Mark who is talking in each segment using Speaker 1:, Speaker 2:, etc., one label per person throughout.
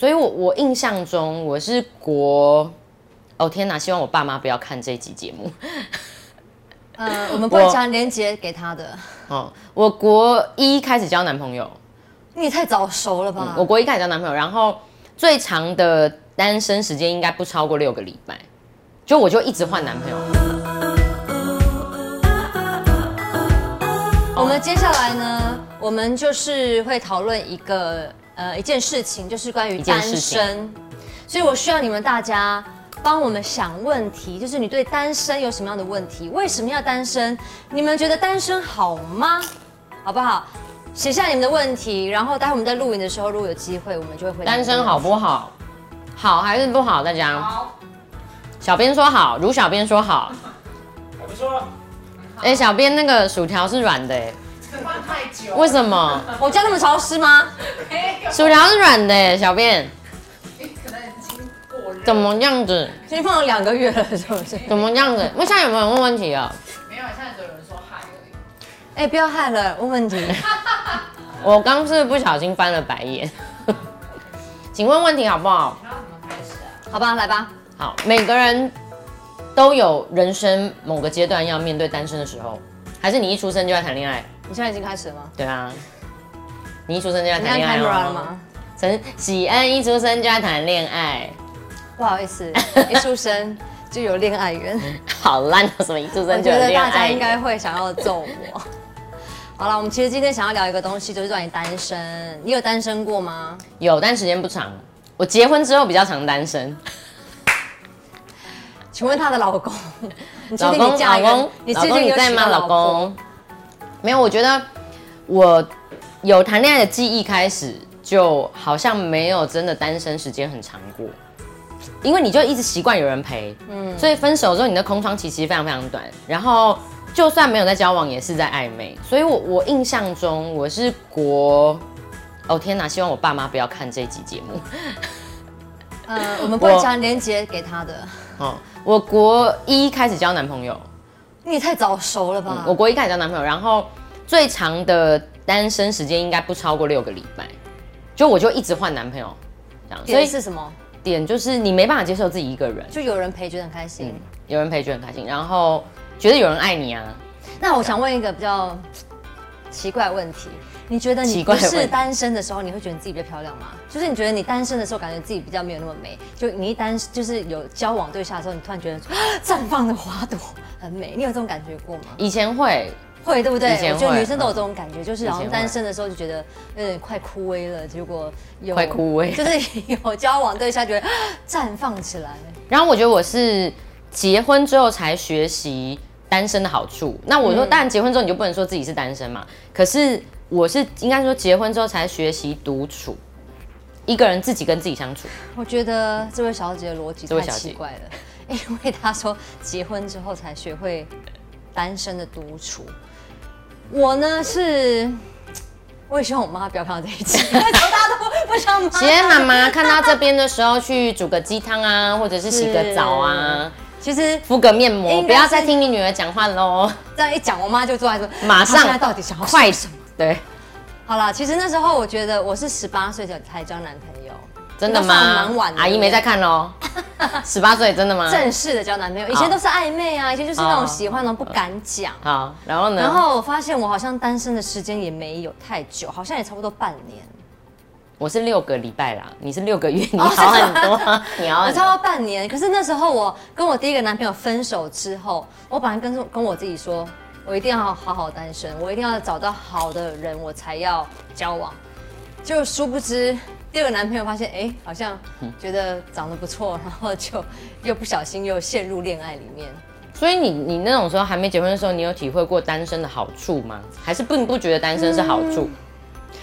Speaker 1: 所以我我印象中我是国，哦天哪，希望我爸妈不要看这一集节目。
Speaker 2: 呃，我们不会传连接给他的，
Speaker 1: 哦，我国一开始交男朋友，
Speaker 2: 你也太早熟了吧？
Speaker 1: 嗯我国一开始交男朋友，然后最长的单身时间应该不超过六个礼拜，就我就一直换男朋友。
Speaker 2: 我们接下来呢，我们就是会讨论一个呃一件事情，就是关于
Speaker 1: 件
Speaker 2: 单
Speaker 1: 事情
Speaker 2: 身，所以我需要你们大家帮我们想问题，就是你对单身有什么样的问题？为什么要单身？你们觉得单身好吗？好不好？写下你们的问题，然后待会我们在录影的时候，如果有机会，我们就会回答
Speaker 1: 单身
Speaker 2: 你们的问题
Speaker 1: 好不好？好还是不好？大家，小编说好，如小编说好。
Speaker 3: 我不说了，
Speaker 1: 哎、小编那个薯条是软的、哎，
Speaker 4: 放太久，
Speaker 1: 为什么？
Speaker 2: 我家那么潮湿吗？
Speaker 4: 没有，哎
Speaker 1: 薯条是软的、哎小编
Speaker 4: 可能已经过热，
Speaker 1: 怎么样子？
Speaker 2: 已经放了两个月了，是不是？
Speaker 1: 怎么样子？我现在有没有人问问题啊？
Speaker 4: 没有，现在只有人说嗨而已。
Speaker 2: 哎、不要害了，问问题。
Speaker 1: 我刚是不小心翻了白眼。 请问问题好不好？
Speaker 4: 然后怎么开始啊？
Speaker 2: 好吧，来吧。
Speaker 1: 好，每个人都有人生某个阶段要面对单身的时候，还是你一出生就要谈恋爱？
Speaker 2: 你现在已经开始了吗？
Speaker 1: 对啊，你一出生就要
Speaker 2: 你
Speaker 1: 谈
Speaker 2: 按
Speaker 1: 恋爱
Speaker 2: camera 了
Speaker 1: 哦。
Speaker 2: 吗？
Speaker 1: 陈喜恩一出生就要谈恋爱，
Speaker 2: 不好意 思，一出生就有恋爱缘，
Speaker 1: 好烂的，什么一出
Speaker 2: 我
Speaker 1: 生就
Speaker 2: 觉
Speaker 1: 有
Speaker 2: 得
Speaker 1: 恋
Speaker 2: 大家
Speaker 1: 爱？
Speaker 2: 应该会想要揍我。好了，我们其实今天想要聊一个东西，就是关于单身。你有单身过吗？
Speaker 1: 有，但时间不长。我结婚之后比较常单身，
Speaker 2: 请问她的 老公，你确
Speaker 1: 老
Speaker 2: 定
Speaker 1: 公
Speaker 2: 你嫁
Speaker 1: 老
Speaker 2: 一个
Speaker 1: 公？
Speaker 2: 你确
Speaker 1: 老公
Speaker 2: 定
Speaker 1: 你
Speaker 2: 有
Speaker 1: 在
Speaker 2: 娶
Speaker 1: 吗？
Speaker 2: 到
Speaker 1: 老
Speaker 2: 老公？
Speaker 1: 公，没有，我觉得我有谈恋爱的记忆开始，就好像没有真的单身时间很长过，因为你就一直习惯有人陪，嗯，所以分手之后你的空窗期其实非常非常短，然后就算没有在交往，也是在暧昧，所以我我印象中我是国。哦天哪！希望我爸妈不要看这一集节目。
Speaker 2: 呃，我们不会
Speaker 1: 我
Speaker 2: 传连接给他的，
Speaker 1: 哦，我国一开始交男朋友，
Speaker 2: 你也太早熟了吧？
Speaker 1: 我国一开始交男朋友，然后最长的单身时间应该不超过六个礼拜，就我就一直换男朋友，这样。所
Speaker 2: 点
Speaker 1: 以
Speaker 2: 是什么？
Speaker 1: 点就是你没办法接受自己一个人，
Speaker 2: 就有人陪，觉得很开心。
Speaker 1: 有人陪就很开心，然后觉得有人爱你啊，
Speaker 2: 那我想问一个比较奇怪的问题，你觉得
Speaker 1: 奇
Speaker 2: 你
Speaker 1: 怪
Speaker 2: 不
Speaker 1: 的问题
Speaker 2: 是单身的时候，你会觉得你自己比较漂亮吗？就是你觉得你单身的时候，感觉自己比较没有那么美，就你一单就是有交往对象的时候，你突然觉得啊绽放的花朵很美，你有这种感觉过 吗？
Speaker 1: 以前会，
Speaker 2: 会，对不对
Speaker 1: 以？前
Speaker 2: 我觉得
Speaker 1: 会
Speaker 2: 女生都有这种感觉，就是好
Speaker 1: 以前会
Speaker 2: 像单身的时候就觉得有点快枯萎了，结果有
Speaker 1: 快枯萎
Speaker 2: 就是有交往对象觉得啊绽放起来。
Speaker 1: 然后我觉得我是结婚之后才学习单身的好处。那我说，当然结婚之后你就不能说自己是单身嘛，可是我是应该说结婚之后才学习独处，一个人自己跟自己相处。
Speaker 2: 我觉得这位小姐的逻辑
Speaker 1: 这位
Speaker 2: 太
Speaker 1: 小姐
Speaker 2: 奇怪了， 因为她说结婚之后才学会单身的独处。我呢是，我也希望我妈不要看到这 一集，因为长大都不想妈妈。
Speaker 1: 姐妈
Speaker 2: 啊
Speaker 1: 妈看到这边的时候，去煮个鸡汤 啊，或者是洗个澡啊，
Speaker 2: 其实
Speaker 1: 敷个面膜，
Speaker 2: 应
Speaker 1: 不
Speaker 2: 该是
Speaker 1: 要再听你女儿讲话喽，
Speaker 2: 这样一讲，我妈就坐在说，
Speaker 1: 马
Speaker 2: 她现在
Speaker 1: 上
Speaker 2: 到底想要
Speaker 1: 快
Speaker 2: 什么？
Speaker 1: 对，
Speaker 2: 好啦，其实那时候我觉得我是十八岁才交男朋友，
Speaker 1: 真的
Speaker 2: 那算
Speaker 1: 吗
Speaker 2: 蛮晚？的
Speaker 1: 阿姨没在看 喽，十八岁真的吗？
Speaker 2: 正式的交男朋友，以
Speaker 1: 哦
Speaker 2: 前都是暧昧啊，以前就是那种喜欢然后不敢讲。
Speaker 1: 好，然后呢？
Speaker 2: 然后我发现我好像单身的时间也没有太久，好像也差不多半年，
Speaker 1: 我是六个礼拜啦，你是六个月，你
Speaker 2: 哦
Speaker 1: 好很多 啊，你好
Speaker 2: 我
Speaker 1: 很
Speaker 2: 哦差不多
Speaker 1: 多。
Speaker 2: 半年。可是那时候我跟我第一个男朋友分手之后，我本来跟跟我自己说，我一定要好好单身，我一定要找到好的人，我才要交往。就殊不知第二个男朋友发现，哎，好像觉得长得不错，然后就又不小心又陷入恋爱里面。
Speaker 1: 所以你你那种时候还没结婚的时候，你有体会过单身的好处吗？还是并不觉得单身是好处？
Speaker 2: 嗯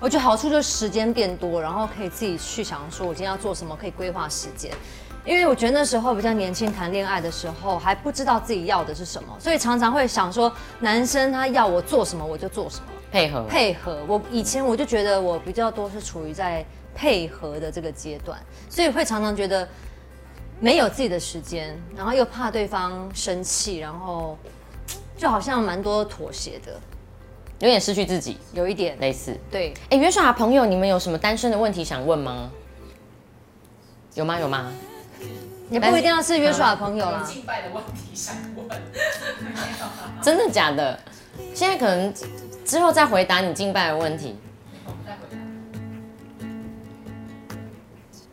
Speaker 2: 我觉得好处就是时间变多，然后可以自己去想说我今天要做什么，可以规划时间。因为我觉得那时候比较年轻，谈恋爱的时候还不知道自己要的是什么，所以常常会想说，男生他要我做什么我就做什么，
Speaker 1: 配合
Speaker 2: 配合。我以前我就觉得我比较多是处于在配合的这个阶段，所以会常常觉得没有自己的时间，然后又怕对方生气，然后就好像蛮多妥协的，
Speaker 1: 有点失去自己，
Speaker 2: 有一点
Speaker 1: 类似。
Speaker 2: 对。
Speaker 1: 哎，袁爽的朋友，你们有什么单身的问题想问吗？有吗？有吗？
Speaker 2: 也不一定要是约出来的
Speaker 1: 嗯
Speaker 2: 朋友啦。
Speaker 4: 敬拜的问题想问，
Speaker 1: 真的假的？现在可能之后再回答你敬拜的问题。
Speaker 4: 我们再回答。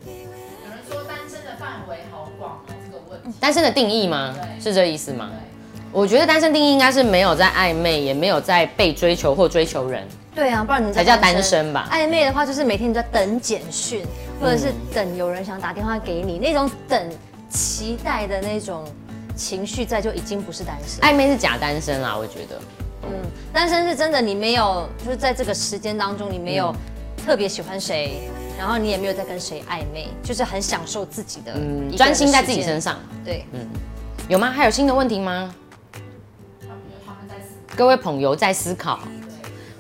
Speaker 4: 有人说单身的范围好广哦，这个问题。
Speaker 1: 单身的定义吗？
Speaker 4: 对
Speaker 1: 是这意思吗？
Speaker 4: 对。
Speaker 1: 我觉得单身定义应该是没有在暧昧，也没有在被追求或追求人。
Speaker 2: 对啊，不然你
Speaker 1: 才叫单身吧嗯
Speaker 2: 暧昧的话，就是每天你在等简讯，或者是等有人想打电话给你，那种等期待的那种情绪在，就已经不是单身。
Speaker 1: 暧昧是假单身啦，我觉得。
Speaker 2: 嗯，单身是真的，你没有就是在这个时间当中，你没有
Speaker 1: 嗯
Speaker 2: 特别喜欢谁，然后你也没有在跟谁暧昧，就是很享受自己的，
Speaker 1: 嗯，专心在自己身
Speaker 2: 上。
Speaker 1: 上。嗯
Speaker 2: 对，
Speaker 1: 有吗？还有新的问题吗？
Speaker 4: 他们他们在思
Speaker 1: 各位朋友在思考。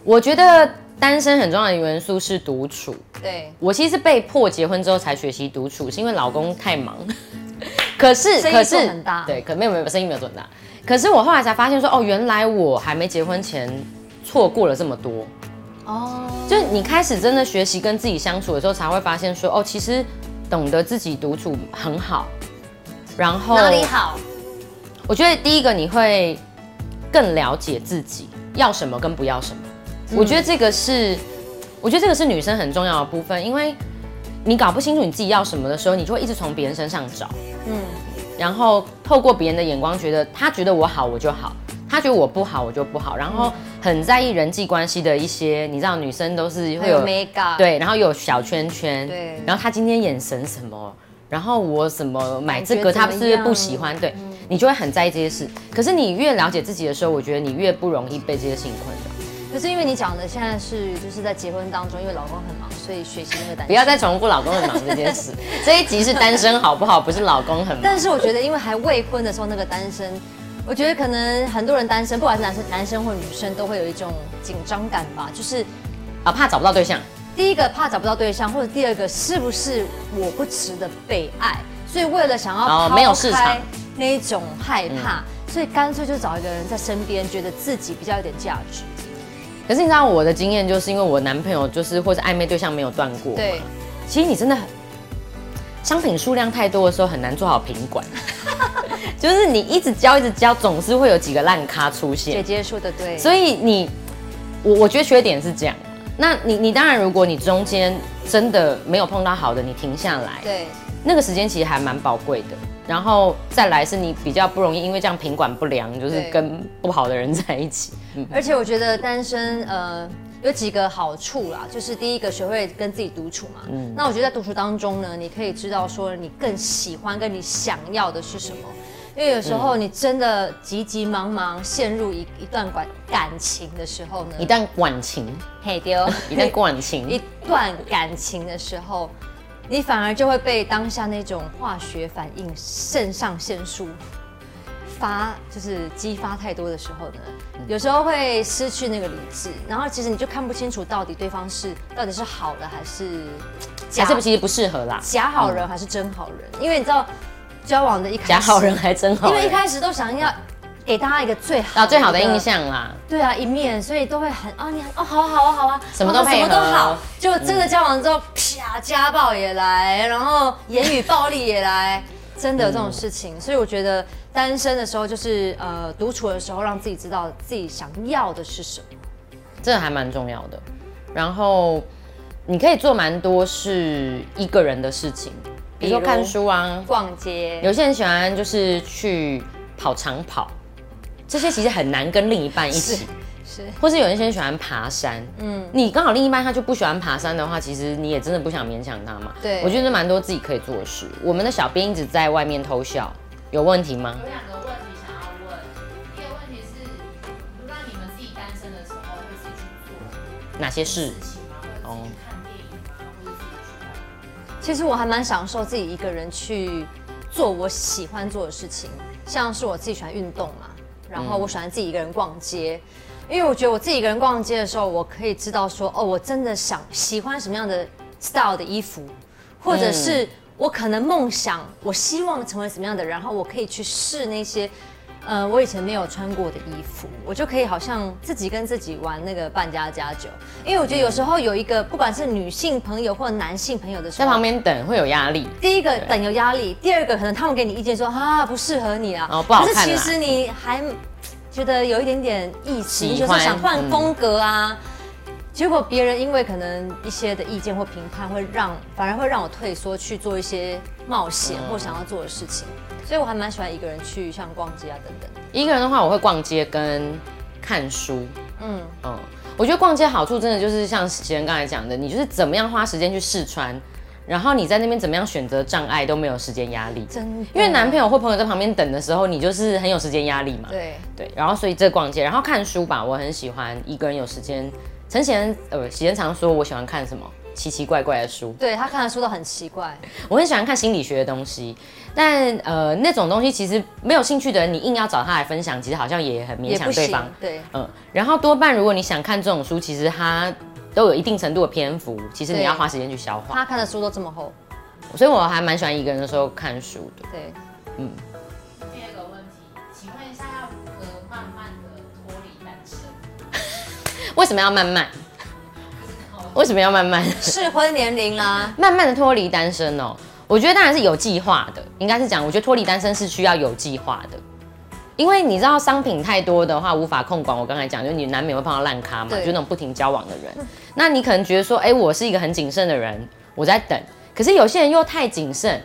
Speaker 1: 我觉得单身很重要的元素是独处。
Speaker 2: 对，
Speaker 1: 我其实是被迫结婚之后才学习独处，是因为老公太忙。 可是，
Speaker 2: 生意
Speaker 1: 可
Speaker 2: 做
Speaker 1: 是
Speaker 2: 很大
Speaker 1: 对，可没有没有生意没有做很大。可是我后来才发现说，哦，原来我还没结婚前错过了这么多。
Speaker 2: 哦，
Speaker 1: 就是你开始真的学习跟自己相处的时候，才会发现说，哦，其实懂得自己独处很好。然后
Speaker 2: 哪里好？
Speaker 1: 我觉得第一个你会更了解自己要什么跟不要什么。
Speaker 2: 嗯
Speaker 1: 我觉得这个是，我觉得这个是女生很重要的部分，因为你搞不清楚你自己要什么的时候，你就会一直从别人身上找，
Speaker 2: 嗯，
Speaker 1: 然后透过别人的眼光，觉得他觉得我好我就好，他觉得我不好我就不好，然
Speaker 2: 嗯
Speaker 1: 后很在意人际关系的一些，你知道女生都是
Speaker 2: 还
Speaker 1: 会
Speaker 2: 有
Speaker 1: 有
Speaker 2: mega，，
Speaker 1: 对，然后有小圈圈，
Speaker 2: 啊对
Speaker 1: 然后他今天眼神什么，然后我什么买
Speaker 2: 感
Speaker 1: 这
Speaker 2: 觉
Speaker 1: 个，
Speaker 2: 怎
Speaker 1: 他
Speaker 2: 么
Speaker 1: 是不是不
Speaker 2: 样嗯
Speaker 1: 喜欢，对、你就会很在意这些事。可是你越了解自己的时候，我觉得你越不容易被这些事情困扰。
Speaker 2: 可是因为你讲的现在是就是在结婚当中，因为老公很忙，所以学习那个单身。
Speaker 1: 不要再重复老公很忙这件 事，这一集是单身好不好？不是老公很忙。
Speaker 2: 但是我觉得，因为还未婚的时候那个单身，我觉得可能很多人单身，不管是男生男生或女生，都会有一种紧张感吧。就是
Speaker 1: 啊，怕找不到对象，
Speaker 2: 第一个怕找不到对象，或者第二个是不是我不值得被爱，所以为了想要
Speaker 1: 哦
Speaker 2: 抛开
Speaker 1: 没有市场嗯
Speaker 2: 那一种害怕，所以干脆就找一个人在身边，觉得自己比较有点价值。
Speaker 1: 可是你知道我的经验就是因为我男朋友就是或者暧昧对象没有断过，，
Speaker 2: 对，
Speaker 1: 其实你真的很，商品数量太多的时候很难做好品管， 就是你一直交一直交，总是会有几个烂咖出现
Speaker 2: 姐。姐说的对，
Speaker 1: 所以你，我我觉得缺点是这样。那你你当然，如果你中间真的没有碰到好的，你停下来，
Speaker 2: 对
Speaker 1: 那个时间其实还蛮宝贵的。然后再来是你比较不容易因为这样品管不良，就是
Speaker 2: 对
Speaker 1: 跟不好的人在一起。嗯，
Speaker 2: 而且我觉得单身呃有几个好处啦，就是第一个学会跟自己独处嘛。那我觉得在独处当中呢，你可以知道说你更喜欢跟你想要的是什么。因为有时候你真的急急忙忙陷入一一段感感情的时候呢，
Speaker 1: 一旦管情，
Speaker 2: 嗯嘿丢，
Speaker 1: 一旦管情，
Speaker 2: 一段感情的时候，你反而就会被当下那种化学反应肾上腺素发，就是激发太多的时候呢，
Speaker 1: 嗯
Speaker 2: 有时候会失去那个理智，然后其实你就看不清楚到底对方是到底是好的还是
Speaker 1: 还是其实不适合啦。
Speaker 2: 假好人还是真好人，因为你知道交往的一开始
Speaker 1: 假好人，还真好
Speaker 2: 因
Speaker 1: 人，
Speaker 2: 为一开始都想要给大家一个最好
Speaker 1: 啊最好的印象啦。
Speaker 2: 对啊，一面，所以都会很啊，你很哦，好啊好啊好啊，
Speaker 1: 什么都
Speaker 2: 哦
Speaker 1: 配合
Speaker 2: 什
Speaker 1: 嗯
Speaker 2: 么都好，就真的交往之后，啪，家暴也来，然后言语暴力也来，真的有这种事情。
Speaker 1: 嗯
Speaker 2: 所以我觉得单身的时候，就是呃，独处的时候，让自己知道自己想要的是什么。
Speaker 1: 这还蛮重要的。然后你可以做蛮多是一个人的事情，比如说
Speaker 2: 比如
Speaker 1: 看书啊，
Speaker 2: 逛街，
Speaker 1: 有些人喜欢就是去跑长跑，这些其实很难跟另一半一起。
Speaker 2: 是
Speaker 1: 或是有一些人喜欢爬山，嗯，你刚好另一半他就不喜欢爬山的话，其实你也真的不想勉强他嘛。
Speaker 2: 对
Speaker 1: 我觉得蛮多自己可以做的事。我们的小编一直在外面偷笑，有问题吗？
Speaker 4: 有两个问题想要问，第一个问题是，那你们自己单身的时候会自己去做
Speaker 1: 哪些事
Speaker 4: 事？情吗？或者自己去看电影吗？或者自己去干嘛？
Speaker 2: 其实我还蛮享受自己一个人去做我喜欢做的事情，像是我自己喜欢运动嘛，然后我喜欢自己一个人逛街，因为我觉得我自己一个人逛街的时候，我可以知道说，哦，我真的想喜欢什么样的 style 的衣服，或者是我可能梦想我希望成为什么样的人，然后我可以去试那些。呃，我以前没有穿过的衣服，我就可以好像自己跟自己玩那个扮家家酒，因为我觉得有时候有一个不管是女性朋友或者男性朋友的时
Speaker 1: 在
Speaker 2: 候，
Speaker 1: 旁边等会有压力。
Speaker 2: 第一个等有压力，第二个可能他们给你意见说啊不适合你啊，
Speaker 1: 哦不好看啊
Speaker 2: 可是其实你还觉得有一点点意气，你
Speaker 1: 喜
Speaker 2: 就
Speaker 1: 欢嗯
Speaker 2: 是想换风格啊。结果别人因为可能一些的意见或评判，会让反而会让我退缩去做一些冒险
Speaker 1: 嗯
Speaker 2: 或想要做的事情，所以我还蛮喜欢一个人去像逛街啊等等的。
Speaker 1: 一个人的话，我会逛街跟看书。
Speaker 2: 嗯，
Speaker 1: 嗯，我觉得逛街好处真的就是像喜人刚才讲的，你就是怎么样花时间去试穿，然后你在那边怎么样选择障碍都没有时间压力。
Speaker 2: 真的
Speaker 1: 因为男朋友或朋友在旁边等的时候，你就是很有时间压力嘛。
Speaker 2: 对
Speaker 1: 对，然后所以这逛街，然后看书吧，我很喜欢一个人有时间。陈贤呃，喜人常说我喜欢看什么奇奇怪怪的书，
Speaker 2: 对他看的书都很奇怪，
Speaker 1: 我很喜欢看心理学的东西，但呃那种东西其实没有兴趣的人，你硬要找他来分享，其实好像也很勉
Speaker 2: 也
Speaker 1: 强
Speaker 2: 不
Speaker 1: 对
Speaker 2: 行
Speaker 1: 方。。
Speaker 2: 对，
Speaker 1: 嗯，然后多半如果你想看这种书，其实它都有一定程度的篇幅，其实你
Speaker 2: 对
Speaker 1: 要花时间去消化。
Speaker 2: 他看的书都这么厚。
Speaker 1: 所以我还蛮喜欢一个人的时候看书的。
Speaker 2: 对，
Speaker 4: 第二个问题，请问一下，要如何慢慢的脱离单身？
Speaker 1: 为什么要慢慢？为什么要慢慢？
Speaker 2: 适婚年龄啦、
Speaker 1: 慢慢的脱离单身哦。我觉得当然是有计划的，应该是讲，我觉得脱离单身是需要有计划的，因为你知道商品太多的话无法控管。我刚才讲，就你难免会碰到烂咖嘛，
Speaker 2: 对
Speaker 1: 就那种不停交往的人，那你可能觉得说，哎，我是一个很谨慎的人，我在等。可是有些人又太谨慎，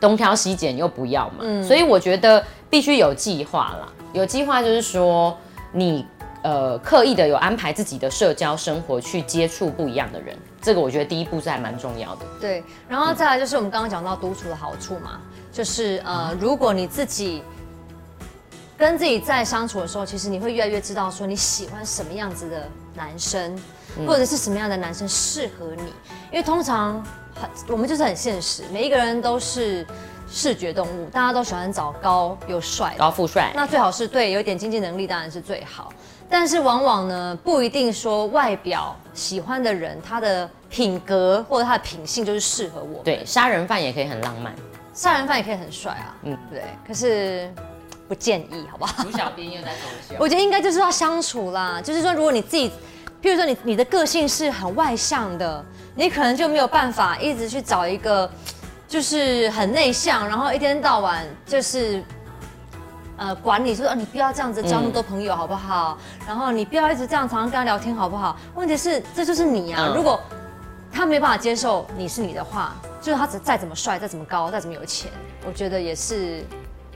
Speaker 1: 东挑西拣又不要嘛，所以我觉得必须有计划啦。有计划就是说你。呃，刻意的有安排自己的社交生活去接触不一样的人，这个我觉得第一步是还蛮重要的。
Speaker 2: 对，然后再来就是我们刚刚讲到独处的好处嘛，就是呃，如果你自己跟自己在相处的时候，其实你会越来越知道说你喜欢什么样子的男生，或者是什么样的男生适合你，因为通常很我们就是很现实，每一个人都是视觉动物，大家都喜欢找高又帅的。
Speaker 1: 高富帅，
Speaker 2: 那最好是对有一点经济能力，当然是最好。但是往往呢，不一定说外表喜欢的人，他的品格或者他的品性就是适合我。，
Speaker 1: 对，杀人犯也可以很浪漫。
Speaker 2: 杀人犯也可以很帅啊，嗯，对。可是不建议，好不好？
Speaker 1: 吴小编又在偷
Speaker 2: 我觉得应该就是要相处啦，就是说，如果你自己，譬如说你你的个性是很外向的，你可能就没有办法一直去找一个，就是很内向，然后一天到晚就是。呃，管你说、啊，你不要这样子交那么多朋友好不好？然后你不要一直这样常常跟他聊天好不好？问题是，这就是你啊！
Speaker 1: 嗯
Speaker 2: 如果他没办法接受你是你的话，就是他只再怎么帅、再怎么高、再怎么有钱，我觉得也是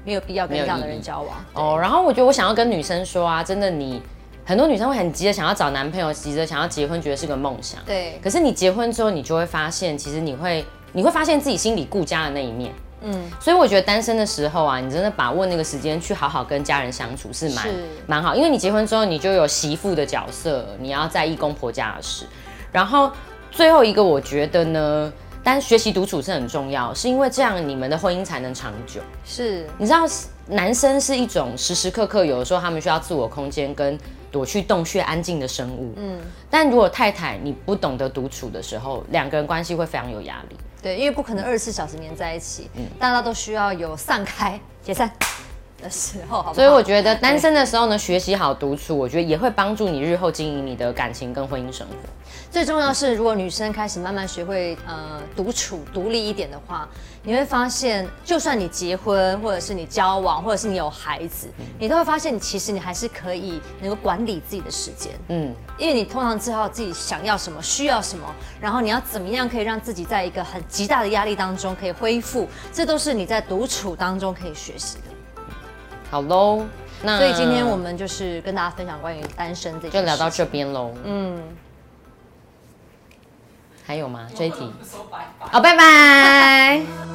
Speaker 2: 没有必要跟
Speaker 1: 没有
Speaker 2: 这样的
Speaker 1: 意义
Speaker 2: 人交往。
Speaker 1: 哦，然后我觉得我想要跟女生说啊，真的你。很多女生会很急着想要找男朋友，急着想要结婚，觉得是个梦想。
Speaker 2: 对
Speaker 1: 可是你结婚之后，你就会发现，其实你会你会发现自己心里顾家的那一面。嗯，所以我觉得单身的时候啊，你真的把握那个时间去好好跟家人相处是蛮
Speaker 2: 是
Speaker 1: 蛮好，因为你结婚之后，你就有媳妇的角色，你要在意公婆家的事。然后最后一个，我觉得呢，但学习独处是很重要，是因为这样你们的婚姻才能长久。
Speaker 2: 是，
Speaker 1: 你知道，男生是一种时时刻刻，有的时候他们需要自我空间跟躲去洞穴安静的生物。嗯，但如果太太你不懂得独处的时候，两个人关系会非常有压力。
Speaker 2: 对，因为不可能二十四小时黏在一起，大家都需要有散开、解散的时候，好不好？
Speaker 1: 所以我觉得单身的时候呢，学习好独处，我觉得也会帮助你日后经营你的感情跟婚姻生活。
Speaker 2: 最重要是，如果女生开始慢慢学会呃独处、独立一点的话，你会发现，就算你结婚，或者是你交往，或者是你有孩子，嗯你都会发现，你其实你还是可以能够管理自己的时间。
Speaker 1: 嗯，
Speaker 2: 因为你通常知道自己想要什么、需要什么，然后你要怎么样可以让自己在一个很极大的压力当中可以恢复，这都是你在独处当中可以学习的。
Speaker 1: 好喽，那
Speaker 2: 所以今天我们就是跟大家分享关于单身这件事
Speaker 1: 就聊到这边喽。嗯，还有吗？这一题
Speaker 4: 说白吧。
Speaker 1: 哦，拜拜。